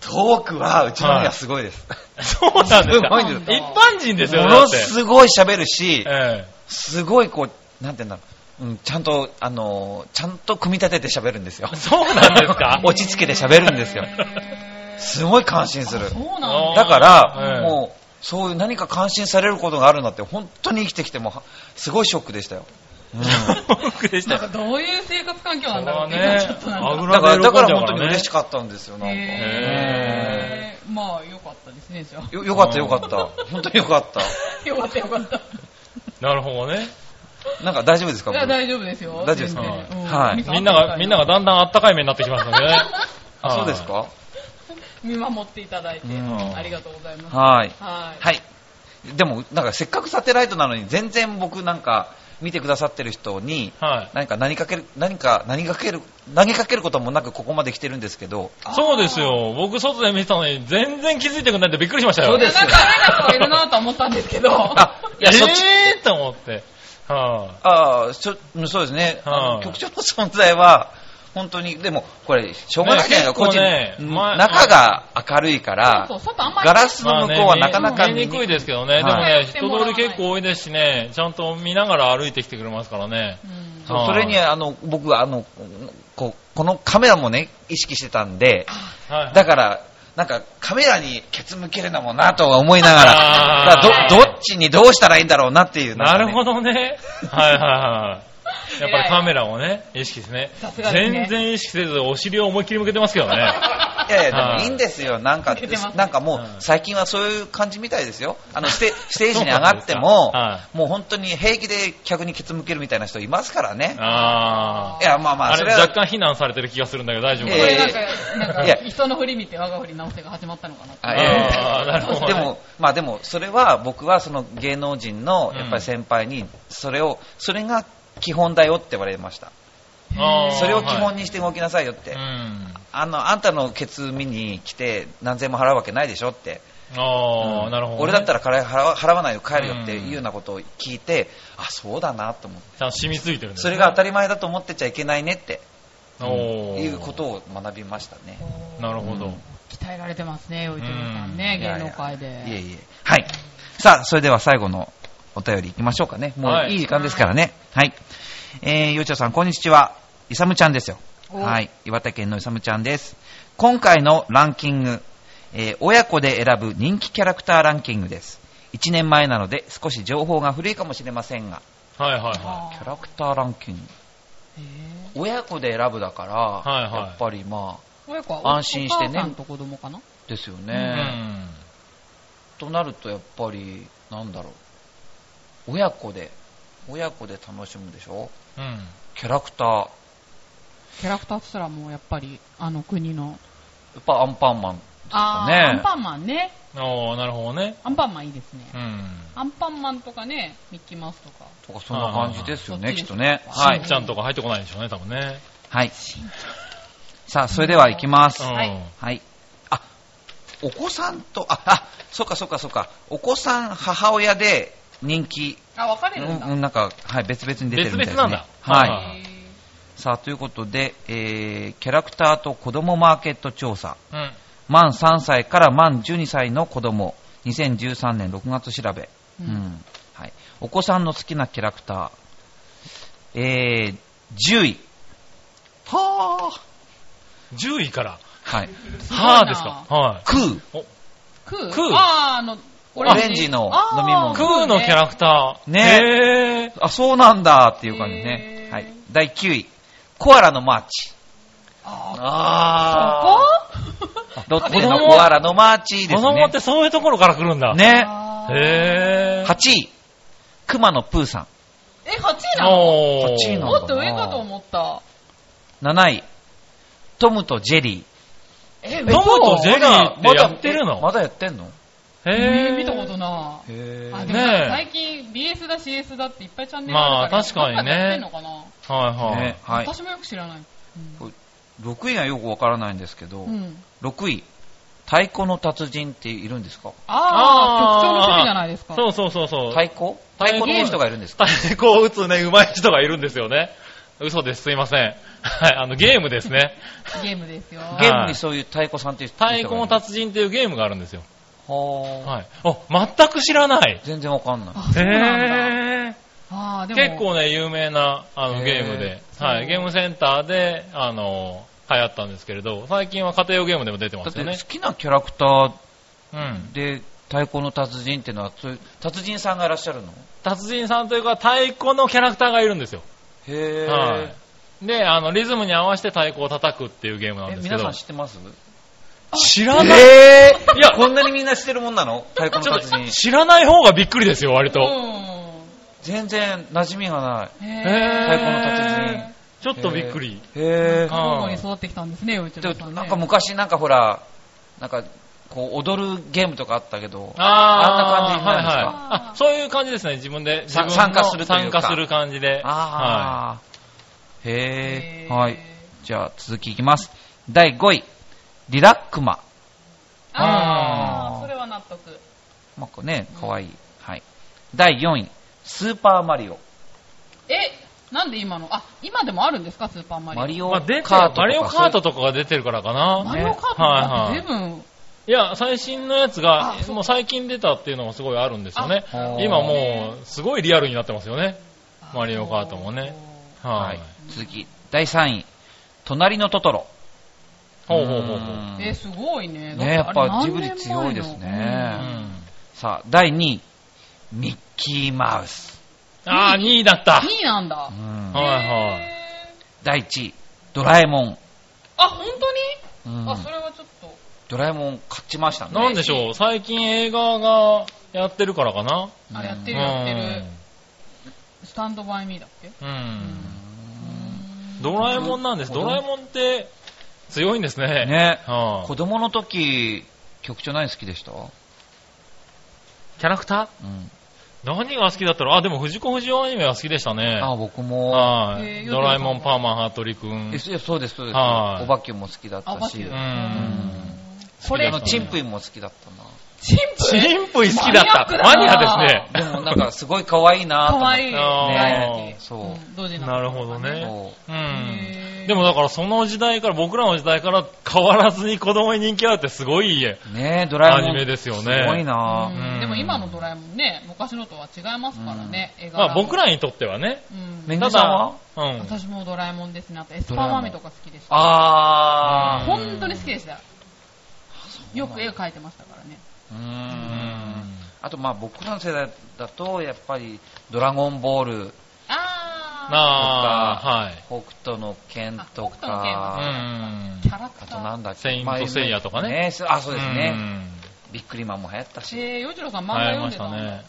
B: トークはうちの家すごいです。
C: そうなんです
B: すご
C: か
B: いん
C: 一
A: です
C: 般人ですよ
B: も
C: ね。だ
B: の
C: って
B: すごい喋るし、
C: え
B: すごいこう、なんて言うんだろう。うん、ちゃんと、あのーちゃんと組み立てて喋るんですよ
C: え。。そうなんです <laughs> か
B: 落ち着けて喋る
A: <laughs>
B: んですよ。
A: へー
B: すごい感心する。
A: そうなんだ。
B: だから、
C: ええ
B: もう、そういう何か感心されることがあるんだって、本当に生きてきても、はすごいショックでしたよ。うん、
C: <laughs>
B: だ
C: トークでし
A: な
C: た
A: んか
C: よ。
A: どういう生活環境なんだろう
C: そうだね
A: ね。ちょっとなん
C: あ
A: か。
C: ぐら
B: から、
C: で
B: だ
C: 喜んじゃうから
B: か
C: ね
B: ら本当に嬉しかったんですよ、なんか。
C: へ
A: へーまあよかったですね、じゃあ。
B: よよかったよかった。本当 <laughs> によかった。
A: よかったよかった。
C: なるほどね。
B: なんか大丈夫ですか
A: いや大丈夫ですよ。
B: 大丈夫ですか
A: 全然
B: はい
A: うん
C: みんなが、みんながだんだんあったかい目になってきますのでね。
B: あそうですか
A: 見守っていただいて、
B: うん
A: ありがとうございます。
B: はい。
A: はい。
B: はい。でも、なんかせっかくサテライトなのに、全然僕なんか、見てくださってる人に、
C: はい。
B: 何か何かける、何か、何かける、投げかけることもなくここまで来てるんですけど、
C: そうですよ。僕、外で見てたのに、全然気づいてくれないってびっくりしましたよ。
B: そうです
A: なんか変な人がいるなとは思ったんですけど。
B: あ、いや、
C: え
B: そっち、
C: ーと思って。は
B: ああ、そうんそうですね、あ
C: は
B: の
C: い
B: 局長の存在は、本当に、でも、これ、しょうがないじゃない
C: ね
B: か、個人、
C: 結構ね
B: うん
C: まあ
B: 中が明るいから
A: そう、そう、外あんまり。
B: ガラス
C: い
B: の向こうはなかなか
C: まあね見見にくいですけどね。でも
B: は
C: ね、
A: い
C: 人通り結構多いですしね、ちゃんと見ながら歩いてきてくれますからね。
A: うん
B: そうそれに、あの、僕は、あの、こうこのカメラもね、意識してたんで、
C: はい。
B: だから、なんかカメラにケツ向けるのもなとは思いながら、
C: あ
B: だ
C: ー
B: からどどっちにどうしたらいいんだろうなっていう、
C: なるほ
B: ど。
C: ど
B: <laughs>
C: ね。はいはいはい。やっぱりカメラをね、意識ですね。
A: さすがですね
C: 全然意識せず、お尻を思いっきり向けてますけどね。
A: <laughs>
B: いやいや、
C: は
B: でも
C: い
B: いいんですよ。なんか
A: 出てます、
B: なんかも、
C: はいう
B: 最近はそういう感じみたいですよ。あの、ステステージに上がっても
C: そうなんです、
B: もう本当に平気で客にケツ向けるみたいな人いますからね。
C: あ
B: いや、まあま
C: あ。
B: あ、
C: あ
B: そ
C: れ、
B: れは、
C: 若干非難されてる気がするんだけど大丈夫
A: こ
C: か
B: え
A: れ
B: え
C: な
A: なんか、なん
B: い
A: か
B: や、
A: 人の振り見て我が振り直せが始まったのかなと
B: あええ
C: あーなるほどね。
B: でも、まあでも、それは僕はその芸能人のやっぱり先輩に、それを、それが基本だよって言われました。
C: あー、
B: それを基本
C: に
B: にして動きなさいよって
C: う。ん。
B: あの、あんたのケツ見に来て何千円も払うわけないでしょって。
C: ああ、なるほどね。
B: 俺だった
C: ら。
B: ら金払わ払わないよ帰るよっていうようなことを聞いて、あ、そうだなと思って。
C: 染みついてるんです
B: そ
C: ね
B: れが当たり前だと思ってちゃいけないねって。
C: おー
B: いうことを学びましたね。
C: なるほど。
B: うん
A: 鍛えられてますね、洋一郎さんね、
B: いや
A: 芸
B: い
A: 能
B: や
A: 界で。
B: いえいえ。はい。さあ、それでは最後のお便り行きましょうかね。も
C: は
B: う
C: い
B: いい時間ですからね。はい。えー、ゆうちょさん、こんにちは。いさむちゃんですよ。
A: お
B: はい。岩手県のいさむちゃんです。今回のランキング、えー親子で選ぶ人気キャラクターランキングです。1年前なので少し情報が古いかもしれませんが、
C: はいはいは
B: キャラクターランキング。
A: へえ
B: 親子で選ぶだから、
C: はいはい
B: やっぱりまあ、
A: 親子はお
B: 安心してね
A: お母さんと子供かな
B: ですよ
C: い。う
B: ね。
C: ん。
B: となるとやっぱり、なんだろう。親子で、親子で楽しむでしょ
C: うん。
B: キャラクター。や
A: キャラクターすらもやっぱり、あの国の。
B: っぱアンパンマン。
A: あー、
B: ね
A: アンパンマンね。
C: おー、なるほどね。
A: アンパンマンいいですね。
C: うん。
A: アンパンマンとかね、ミッキーマウスとか。
B: とかそんな感じですよ
A: あ
B: ね、
A: ー
B: きっとね。は
C: し
B: い
C: ん。ちゃんとか入ってこないんでしょうね、多分ね。
B: はい。さあ、それでは行きます。
C: うん。
A: はい
B: はい。あ、お子さんと、あ、あ、そうかそうかそうか。お子さん、母親で人気、
A: あ、分かれ
B: う
A: るんだ。
B: んうんなんか、はい、別々に出てるみたいです、ね。
C: 別々なんだ
B: はい。
C: は
A: へ
B: さあ、ということで、えー、キャラクターと子供マーケット調査。
C: うん。
B: 満3歳から満12歳の子供。2013年6月調べ。
A: ー
B: うんはい、お子さんの好きなキャラクター、えー、10位。はぁ。
C: 10位から。
B: はい。
A: すごいな
C: はーですか。は
B: クー。
A: クー
C: クー
A: あー、あの、
B: オレンジの飲み
C: い。
B: 物
C: クーのキャ
A: ラ
C: ラクター。
B: ね
C: え。
B: あ、そうなんだっていう感じね
A: へ。ー
B: はい。第9位。コアラのマーチ。
A: あ
B: あ
A: ー、そこ
B: ー。ロッテ
C: 子
B: の
C: 供
B: コアラのマーチですね。
C: 子供ってそういうところから来るんだ。。
B: ね。
A: あー
C: へぇ
B: 8位。熊野プーさん。
A: え、8位なの
C: お
B: 8
C: ー。
B: 位なの
A: もっと上かと思った。
B: 7位。トムとジェリー。
A: え、
C: トムとジェリーって
B: まだ
C: やってるの
B: まだやってんの
A: え
C: へぇ
A: 見たことない。
B: へ
A: あ、
B: ー
A: でもなん
C: ねえ
A: か最近 BS だ CS だっていっぱいチャンネルあるから。
C: まあ確かにね
A: やってんのかな
C: はいはい
B: ね。はい。
A: 私もよく知らない。うん
B: 6位がよくわからないんですけど、
A: うん。
B: 6位、太鼓の達人っているんですか
A: あ
C: あー
A: ー、局長の趣味じゃないですか。
C: そうそうそうそう。
B: 太鼓太鼓の人がいるんですか
C: 太鼓を打つね、上手い人がいるんですよね。嘘です、すいません。はい、あの、ゲームですね。
A: ゲームですよ。
C: は
B: ゲ
C: い
B: ームにそういう太鼓さんっていう人がい
C: 太
B: る
C: 鼓の達人っていうゲームがあるんですよ。
B: は
C: はい。あ、全く知らない。
B: い。全然わかんない。
A: あ、そうなんだ。
C: へ
A: あー、で
C: ー
A: も。
C: 結構ね、有名なあ
B: へ
C: の
B: ー
C: ゲームで、
A: そう
C: はい、ゲームセンターで、あの、流行ったんですけれど、最近は家庭用ゲームでも出てま
B: だっ
C: すよ
B: て
C: ね。
B: 好きなキャラクター
C: うん。
B: で太鼓の達人っていうのは、そういう達人さんがいらっしゃるの
C: 達人さんというか、太鼓のキャラクターがいるんですよ。
B: へ
C: は
B: ー。
C: い。で、あの、リズムに合わせて太鼓を叩くっていうゲームなん
B: え、
C: ですけ
B: 皆さ
C: ど
B: ん、知ってます
C: 知らない。
B: えー
C: いや
B: こんなにみんな知ってるもんなの太鼓
C: ちょ
B: の
C: っ
B: 達
C: と
B: 人。
C: 知らない方がびっくりですよ、割と。
A: う
B: 全然馴染みがない。
A: ん。
C: へー
B: 太鼓の達人。
C: ちょっとびっくり。
B: へー。
A: 交互に育ってきたんですね、洋一郎さんね。
B: なんか昔なんかほら、なんかこう踊るゲームとかあったけど、
C: あ
B: あんな感じになるんですか
C: はいはい。あ、そういう感じですね。自分で、自
B: さ
C: 分の
B: 参加するという
C: 参
B: か
C: 加する感じで。は
B: あー、へ
A: へー
B: ー、はい。じゃあ続きいきます。第5位、リラックマ。
A: あ
B: あー
A: ー、それは納得。
B: まあ、ね、かわいい。はい。第4位、スーパーマリオ。
A: え、なんで今のあ、今でもあるんですか、スーパーマリオ。
B: マリ
C: い。
B: オ
C: ま
B: カ
C: あ、
B: ートと
C: 出てる
B: か。
C: マリオカー
B: そ
C: トとかが出てるからか
A: マ
C: な。
A: リオカートだって随分、
C: いや、最新のやつが
A: あ、そう
C: もう最近出たっていうのがすごいあるんですよね
B: あほ。う
C: 今もう、すごいリアルになってますよね。マリオカートもね
B: ういうは
C: はい
B: い。。続き、第3位、隣のトトロ。
C: ほうほうほうほう。
B: ん
A: え、すごいね。
B: ねやっ
A: だ
B: ぱ
A: てあれ
B: ジブリ強いですね
A: 何年前
C: う
A: の
C: ん
B: さあ、第2位、ミッキーマウス。
C: あー、2位だった。
A: うん、2位なん
B: う
A: だ。
B: ん
C: はいはい
A: へ
B: 第1位、ドラえもん。
A: ーあ、本
B: う
A: 当
B: ん
A: にあ、それはちょっと。
B: ドラえもん勝ちましたね。
C: なんでしょう、最近映画がやってるからかな。
A: あれやって
C: う
A: る
C: ん
A: やってる。スタンドバイミーだっけ
C: うん。
A: うん
C: ドラえもんなんです。
B: 子供
C: ドラえもんって強いんですね。
B: ね
C: はあ
B: 子供の時、局長何好きでした
C: キャラクタ
B: うん。
C: ー何が好きだったろうあ、でも藤子不二雄アニメが好きでしたね。
B: あ、僕も。
C: は
A: へえ
C: い。ドラえもん、パーマン、ハートリくん
B: え。そうそうです、そうです。
C: はい
B: おばきゅうも好きだっ
A: あ、
B: た
A: バ
B: し、
A: キュー
C: うん
B: これのチンプイも好きだったな。
A: チンプ
C: チンプイ好きだっ
A: マニアッ
C: た
A: ク。だな
C: マニアです
B: で
C: ね。
B: もなんかすごい可愛いなと
A: か
B: 思っ
A: わ
B: て
A: いい。
B: ね
A: ね
B: そう
A: うん同時
C: なるほどね。
B: そ
A: へ
B: う
C: ん
A: ー。
C: でもだからその時代から、僕らの時代から変わらずに子供に人気あるってすごい家。
B: ねえ、ドラえもん。
C: アニメですよね
B: すごいな、
A: う
C: うんん
A: でも今のドラえもんね、昔のとは違いますからね、映画。
C: まあ僕らにとってはね。
A: うん
B: め。ぐ
C: た
B: みさんは
C: だ、うん。
A: 私もドラえもんですね。あとエスパーマミとか好きでした。
B: あー。
A: 本当に好きでした。よく絵描いてましたからね。
B: うーん。あとまあ僕らの世代だと、やっぱり、ドラゴンボール、
A: あ
C: ああ、はい。
B: 北斗の剣と
A: あ北斗の剣
C: う
A: は
B: か、
C: ん
A: ー、キ。ャラクタ
B: あと
A: ー
B: な。んだっけ、
C: セイント
B: まあ
C: セイヤとかね
B: ねあ、そうですね。ビックリマンも流行ったし、
A: えー、洋次郎さん漫画
C: あり
A: 読ん
C: ま
A: で
C: したた
A: の
C: ね。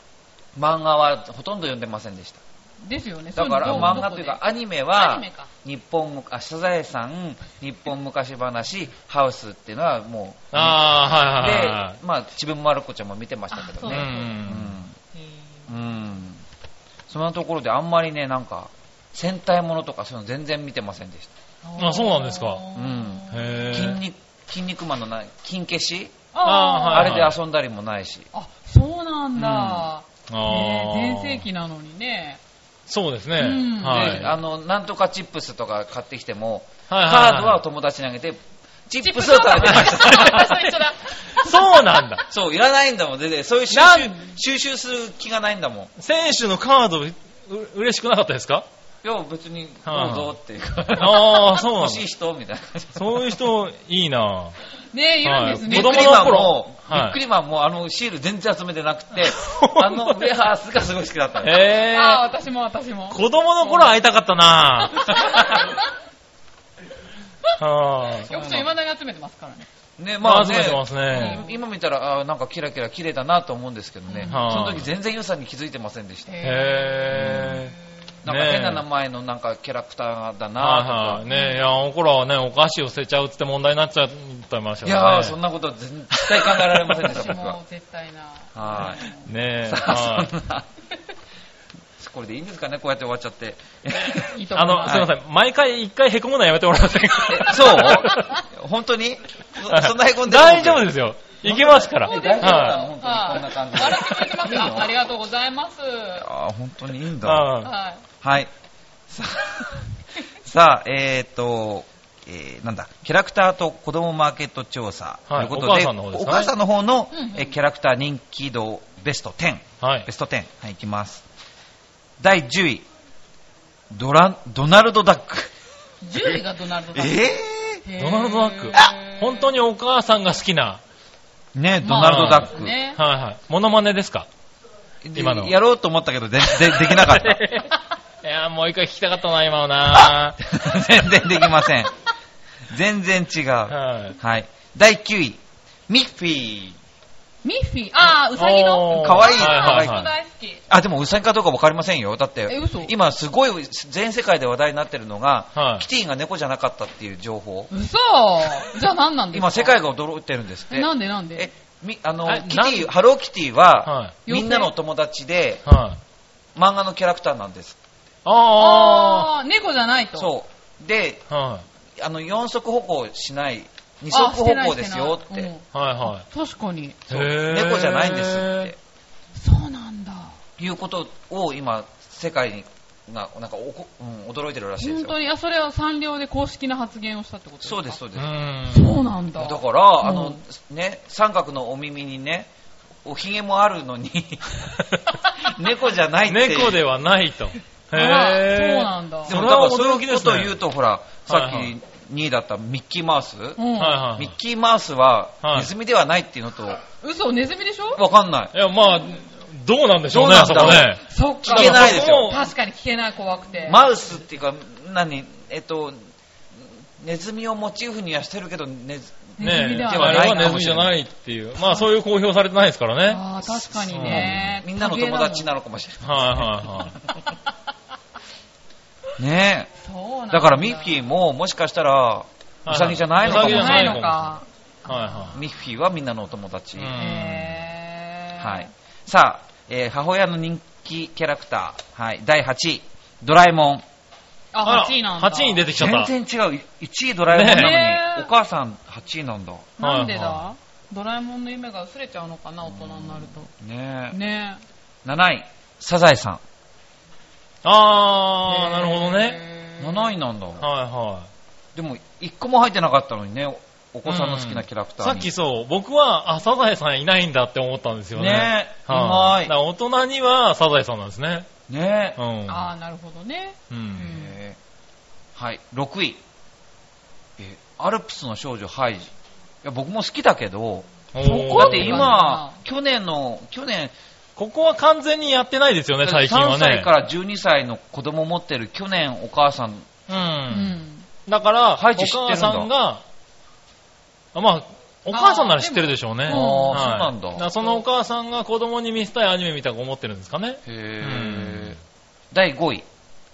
B: 漫画はほとんど読んでませんでした。
A: ですよね。
B: だから
A: そういうの
B: 漫
A: ど
B: 画という
A: どこ
B: か
A: で
B: アニメ
A: アニ
B: は
A: メか、
B: 日本、あ、サザエさん、日本昔話、ハウスっていうのはもう、
C: ああ、はいはいはいはい
B: で、。まあ、ちびまる子ちゃんも見てましたけど
A: あ
B: ね。う
C: うん
B: ん。
A: え
B: うん。そんなところであんまりね、なんか、戦隊ものとかそういうの全然見てませんでし
A: ー
C: あそうなんですか
B: うんた。
C: へ
B: 筋
C: ー
B: 肉、筋肉マンのな、筋消し
A: あー
B: あ
C: はい
B: れで遊んだりもないし。
A: あ、そうなんだ。
C: あー
A: ねえ全盛期なのにね。
C: そうですね。
A: うん
C: はい。
B: で、あの、なんとかチップスとか買ってきても、
C: はいはいはい
B: カードは友達にあげて、チップスを食べてまし
A: 私
B: た。 <laughs>
A: と一緒だ。
C: そうなんだ。
B: そう、いらないんだもん。全然、そういう収
C: な
B: 集
C: ん、
B: 収集する気がないんだもん。い
C: 選手のカード、う嬉しくなかったですか
B: や、別に、ど
C: はいう
B: ぞっていうか。
C: ああ、そうなん
B: 欲
C: だ。
B: しい人みたいな感じ。
C: そういう人、いいな
A: ねえ、いるんです
B: ビ
A: ね。
B: ッ
C: 子
B: ク
C: 供
B: リ
C: の
B: マン
C: 頃
B: も、ビ
C: はい、
B: ックリマンもあのシール全然集めてなくて
C: <laughs>
B: あのウェハースがすごい好きだったの。
C: え
A: ああ、
C: ー、
A: 私も私も。
C: 子供の頃会いたかっ
B: <laughs>
C: たな
A: <laughs>
C: は
A: よくちゃん未だに集めてますからね。
B: ね、
C: い。
B: ま
C: ま
B: あ
C: あ、集めてま
B: ね、
C: すね。
B: 今見たら、あーなんかキラキラ綺麗だなと思うんですけどね、そ
C: はい
B: の時全然良さに気づいてませんでした。
C: へー。
B: なんか変な名
C: ね
B: 前のなんかキャラクターだ
C: えは
B: ない
C: はい。ねえ、いや、あの頃はね、お菓子を捨てちゃうって問題になっちゃってまし
B: と
C: た
B: か。
C: か
B: いや
C: ら
B: ー、
C: ね。
B: そんなことは絶対考えられませんでした、
A: 私
B: 僕は
A: も。絶対な。
B: はい
A: うん
C: ねえ、 <laughs>
B: さ
C: は
B: あ、<laughs>
C: い
B: そんな。これでいいんですかね、こうやって終わっちゃって。
A: いいと思
C: あ
A: いま
C: の、
A: す
C: <laughs> すいません。毎回一回凹むのはやめてもらえませんか
B: <laughs> えそう本当にそそんなへこんでる
C: <laughs> 大丈夫ですよ。いけますから。
B: え大丈夫なの
C: はい
B: 本当にこんな感じで。
A: 笑ってくれてます
B: いい
A: よ。
B: の
A: あありがとうございます。
B: あー本当にいいんだ。
C: はい
A: は
B: はい。さ <laughs> あ、さあえーっと、えーなんだ、キャラクターと子供マーケット調査と
C: はいいう
B: ことで、
C: お母さんの方です
B: お
C: ね
B: 母さんの方の
A: うんうん
B: えーキャラクター人気度ベスト10、
C: はい
B: ベ。スト10、はい、いきます。第10位、ドラ、ドナルド・ダック。
A: い。10位がドナルド
B: え
A: ダック。
C: ド
A: へー
C: ナルドダック。本当にお母さんが好きな。
B: ーね、ド
A: ま
B: ナ
A: あ
B: ルド・ダック。
A: ね
C: はいはい。モノマネですか
B: で
C: 今の
B: やろうと思ったけど、で、で、できなか <laughs> った。
C: <laughs> いやーもう一回聞きたかったな、今のな。
B: 全然できません。全然違う。
C: はい。
B: はい。第9位、ミッフィー。
A: ミッフィー。ああ、ウサギの。
C: おー
B: かわいい
C: は
A: 私
C: い
A: も
C: はいはい。
A: 大好き。
B: あ、でもウサギかどうかわかりませんよ。だっ
A: え
B: て
A: 嘘、
B: 今すごい全世界で話題になってるのが、
C: はい
B: キティが猫じゃなかったっていう情報。
A: 嘘じゃあ何なんですか
B: 今世界が驚いてるんですっ
A: え
B: て。
A: なんでなん
B: え
A: で、
B: み、あの
C: え、
B: キテ
C: なん
B: ィ、ハローキティ
C: は、
B: はいみんなのお友達で、
C: はい。
B: 漫画のキャラクターなんです。
C: あ
A: ああー、猫じゃないと。
B: そう。で、
C: ー。はい。
B: あの、4足歩行しない、2
A: あ
B: 足
A: して
B: 歩
A: ない
B: 行
A: して
B: で
A: ない
B: すよって。
A: うん
C: はいは
A: 確かに。
C: い。
B: そう
C: へー
B: 猫じゃないんですって。
A: そうなんだ。
B: いうことを今、世界がなんかおこ、うん、驚いてるらしいです
A: 本当
B: よ。
A: に、あ、それはサンリオで公式な発言をしたってことですか
B: そうです、そうで
C: う
B: す。
C: ん。
A: そうなんだ。
B: だから、あ
A: う
B: の
A: ん、
B: ね、三角のお耳にね、おひげもあるのに、猫じゃないっていう。
C: 猫ではないと。へ
A: あら
C: ー
A: そうなんだ。
B: で
C: そ
B: も
C: れ
B: だから
C: は
B: そう
C: 驚
B: い
C: き
B: う
C: で
B: こ
C: す
B: と
C: ね
B: を言うと、ほら、さっ
C: はいは
B: き2位だったミッキーマウス。
A: うん
C: はいはい。
B: ミッキーマウスは
C: はい
B: ネズミではないっていうのと、
A: 嘘、ネズミでしょ
B: わかんない。
C: いや、まあ、どうなんでしょ
B: ど
C: う
B: う
C: ね、
B: な
C: あ
B: んだ
C: そ
B: ろう
C: こね。
A: そっか。
B: 聞けないですよ
A: 確かに聞けない、怖くて。
B: マウスっていうか、何、えっと、ネズミをモチーフにはしてるけど、ネズ
A: ネズミ
C: ね
A: で
C: え、
A: は
C: あ
A: ない
C: れはネズミじゃないっていう。まあ、そういう公表されてないですからね。
A: ああ、確かにね。
B: みんなの友達な
A: の。
B: のかもしれない。
C: はいはいはい。
B: ね
A: そうなん
B: え。だからミッフィー
A: も
B: ももしかしたら、
C: いはい
B: ウサギじゃないのかもしれ
A: な
B: ないい。
A: のか。
C: はい
B: ミッフィーはみんなのお友達。
C: うん
A: へー
B: はい。。さあ、えー母親の人気キャラクター、はい、第8位、ドラえもん。
C: はい。
A: あ、8位なんだ。
C: 8位に出てきちゃった。
B: 全然違う。1位ドラえもんなのに、
A: ねえ
B: お母さん8位なんだ。
A: なんでだ、
C: は
A: ドラえもんの夢が薄れちゃうのかな、大人になると。
B: ねえ。
A: ね
B: 7位、サザエさ
A: え。
C: あー、なるほどね。
B: ん。
A: へー。
B: 7位なんだ。
C: はいはい。
B: でも、1個も入ってなかったのにね、おお子さんの好きなキャラクター
C: さっ
B: に。
C: きそう、僕は、あ、サザエさんいないんだって思ったんですよね。
B: ねえ、う
C: は
B: ま
C: い。
B: い
C: だか。ら大人にはサザエさんなんですね。
B: ね
C: う
B: え。
C: ん。
A: ああ、なるほどね。
C: うん。
B: えーはい、6位。え、アルプスの少女ハイジ。いや、僕も好きだけど、
C: おー
A: そこ
B: だ
A: は
B: って
A: 言わ
B: 今
A: な、
B: 去年の、去年、
C: ここは完全にやってないですよね、最近は
B: 3歳
C: ね
B: か。ら12歳の子供持ってる去年お母さん、
C: う。
A: うんん。
C: だから、お
B: ハイジ知ってるんだ
C: 母さんが、あまあ、お母さんなら知ってるでしょうね。
A: あー
B: あ
A: で
B: あ
A: もうん
B: ー、
C: はい
B: そう
C: だ
B: なん
C: か
B: だ。
C: らそのお母さんが子供に見せたいアニメみたいに思ってるんですかね。
B: へえ。第5位、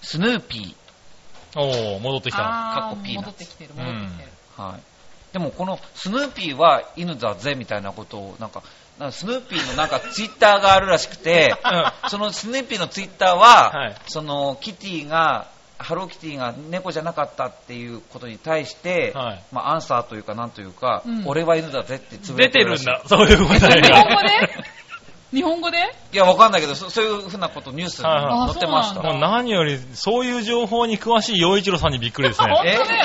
B: スヌーピ
C: おお戻ってきた。
A: ああ、
B: かっこピーナッツ
A: 戻ってきてる、戻ってきてる。
B: ー。はい。でもこのスヌーピーは犬だぜみたいなことを、なんか、なんかスヌーピーのなんかツイッターがあるらしくて、そのスヌーピーのツイッターは、
C: はい
B: そのキティが、ハローキティが猫じゃなかったっていうことに対して、
C: はい
B: まあ、アンサーというか、なんというか、
A: うん
B: 俺は犬だぜってつぶ
C: 出
B: やい
C: てる
B: らし
C: ん
B: い
C: だ、そういう答え
A: 日
C: が。 <laughs>
A: 本語で日本語で
B: いや、わかんないけど、そそういうふうなことニュースに
C: はいはい
B: 載ってまし
A: あ
B: た。
A: そう
C: も
A: な
C: うん
A: だ
C: 何より、そういう情報に詳しい洋一郎さんにびっくりです
A: 本当
C: ね。
A: だよね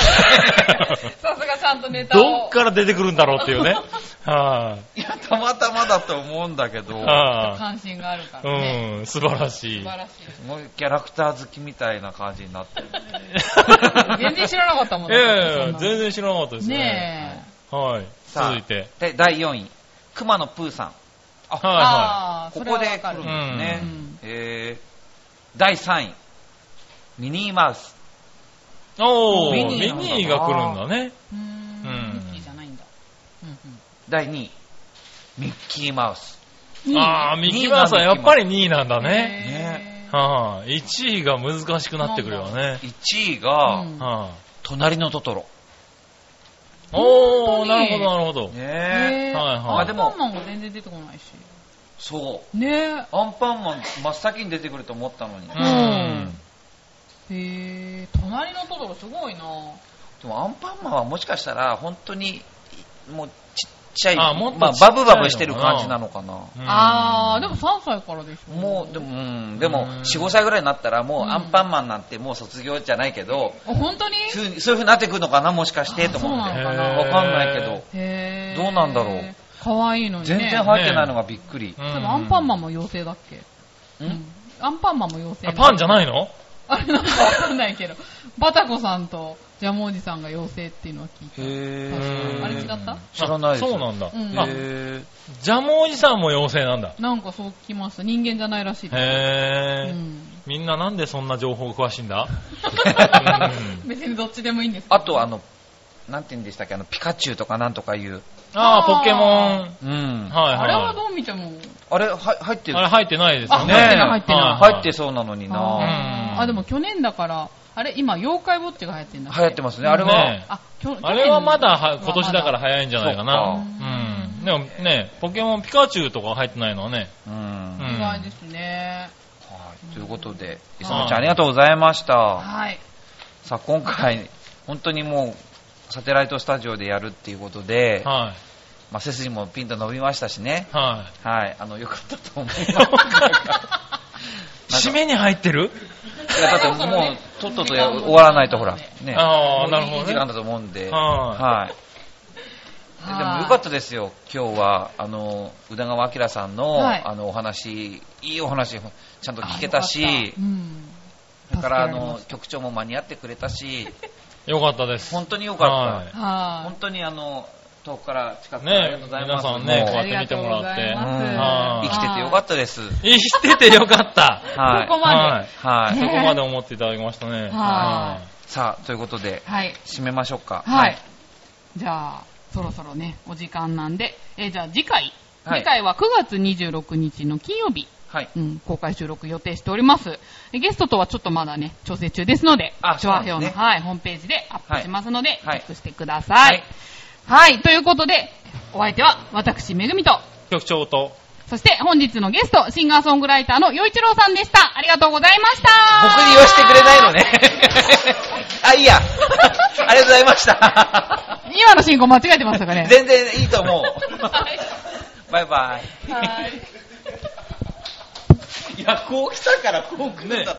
B: <laughs>
C: え。
A: さすがちゃんとネタ
C: どっ
A: を。
C: から出てくるんだろうっていうね。はい
B: や、たまたまだと思うんだけど、
C: は
A: 関心があるからね。
C: い。うん、素晴らし
A: 素
C: い。
A: 晴らしい。
B: すごいキャラクター好きみたいな感じになってる。
A: 全然知らなかったもんね。
C: ええ
A: そんな
C: 全然知らなかったですね。
A: ねえ。
C: はい。
B: さあ
C: 続いて。
B: で、第4位、熊野プーさん。
C: は
A: ああ、
B: こ
A: それ
B: こ
A: は
B: で
A: わか
B: 来る
A: る
B: んで。すね。
A: うんうん
B: えー第3位、ミニーマウス。
C: いはい。おー、
B: ミ
C: ミ
B: ニーなんだ
C: ニーが来るんだね。
A: うーん。
C: うん
A: ミッキーじゃないんだ。うんうん
B: 第2位、ミッキーマウス。
C: ああ、
B: ミ
C: ミ
B: ニー
C: ッキーマウスはやっぱり2位なんだね。
B: ね
A: へー
C: はい。1位が難しくなってくるよね。
B: 1位が、
A: うん
C: はい。
B: 隣のトトロ。
C: おー、
A: 本当
C: な
A: に
C: るほど、なるほど。
B: ねえ
A: ね
C: はいはい
A: アンパンマンが全然出てこないし。
B: そう。
A: ね
B: アンパンマン真っ先に出てくると思ったのに。
C: う
B: で
C: ん。
A: え。へえ。隣のトトロすごいな
B: もアンパンマンはもしかしたら、本当に、もうちっちゃい、
C: あもっと
B: まあ、
C: ちっちゃ
B: バブ
C: い
B: バブしてる感じなのかな。
A: あー、で
C: も、
A: も3歳からでしょ。
B: もう、でも、うん、でも
C: うん、
B: 4、5歳ぐらいになったら、も
A: う
B: う、
A: ん
B: アンパンマンなんてもう卒業じゃないけど、
A: あ、本当に
B: そういうそういう風になってくるのかな、もしかして、
A: あ
B: と思
A: そう
B: っ
A: な
B: て。
A: のかな
B: わかんないけど、
A: へー
B: どうなんだろう。
A: かわいいのにね。
B: 全然入ってないのがびっくり。
A: でもアンパンマンも
C: も。
A: 妖精だっけ
B: うん
A: うんアンパンマンも妖
C: あ
A: 精
C: パンじゃ
A: い
C: ないの
A: あれなんかわかんないけど。バタコさんとジャムおじさんが妖精っていうのは聞いた。
B: へ
A: 確かあれ違った
B: 知らないです。
C: あそうなんだ。
A: うん
C: あ、
B: へ
C: ジャムおじさんも妖精なんだ。
A: なんかそう聞きました。人間じゃないらしいです。
C: へ
A: う
C: ー。
A: ん
C: みんななんでそんな情報詳しいんだうん
A: 別にどっちでもいいんですけど
B: あと、あの、なんて言うんでしたっけ、あの、ピカチュウとかなんとかいう。
C: あ
A: あ
C: あ、
A: ー
C: ポケモン。
B: うん。
C: はいはい。
A: あれはどう見ても、
B: あれ、は入ってる
C: あれ入ってないですよね。
A: あ入
B: ってない
A: 入ってない
C: はい
B: 入ってそうなのにな
A: あ
C: う
A: ー
C: ん
A: あ、でも去年だから、あれ、今、妖怪ウォッチが流行ってんだっ
B: 流行ってますね。あれ
C: ね
B: は、
A: あ、去去年
C: あれはまだは今年だから早いんじゃないか
B: そ
C: な。
B: っ
C: うん。でもね、ポケモンピカチュウとか入ってないのはね。
B: うん。
C: う
B: は
A: 意外
C: ん
A: ですね。
B: い。ということで、磯野ちゃんありがとうございました。 <laughs>
A: はい。
B: さあ、今回、本当にもう、サテライトスタジオでやるっていうことで、
C: は
B: まあ、背筋もピンと伸びましたしね。
C: い。は
B: はい。あの、よかったと思います。い
C: い。締めに入ってる
B: や、だってもう、とっととや終わらないと、ほら、ね。
C: ああ、なるほど
B: 時
C: ね。
B: 間だと思うんで。
C: は
B: はい。ででもよかったですよ、今日は、あの、宇田川明さんの、
A: はい
B: あの、お話、いいお話、ちゃんと
A: あ
B: 聞けた
A: よかっ、
B: した
A: うん
B: だから、あ
A: 助けられ
B: の
A: まし、
B: 局長も間に合ってくれたし、
C: い。よかったです。
B: 本当によかった
C: は。
A: た
B: はい
A: は
B: 本当に、あの、遠くから近くからありがと
C: ね
B: うございま
C: 皆
B: す。
C: さんね、こう
B: も
C: や
A: あ
B: う
A: り
C: って見てもらっ
A: がとうございます
C: て。
B: うん
C: は
B: 生
C: い
B: きててよかったです。
C: 生きててよかった。
A: い。
B: はい
A: ここ。まで。
B: は
C: そ
B: い。
C: こまで思っていただきましたね。
A: は
B: さあ、ということで、
A: はい。
B: 締めましょうか。
A: はい。。じゃあ、そろそろね、お時間なんで、えーじゃあ次回、
B: はい
A: 次回は9月26日の金曜日、
B: はい。
A: うん、公開収録予定しております。えゲストとはちょっとまだね、調整中ですので、
B: あ
A: 調和表の、
B: そうなんですね
A: はい、ホームページでアップしますので、
B: はい
A: チェックしてください。はい、ということで、お相手は私、めぐみと、
C: 局長と。
A: そして本日のゲスト、シンガーソングライターの陽一郎さんでした。ありがとうございました。
B: 僕に
A: <laughs>
B: <laughs> 言わせてくれないのね。あ、いいや。ありがとうございました。
A: <laughs> い今の進行間違えてましたかね
B: 全然いいと
A: <laughs>
B: 思う。
A: はい
B: バイバイ。
A: はい
B: いや、こう来たからこう来るんだ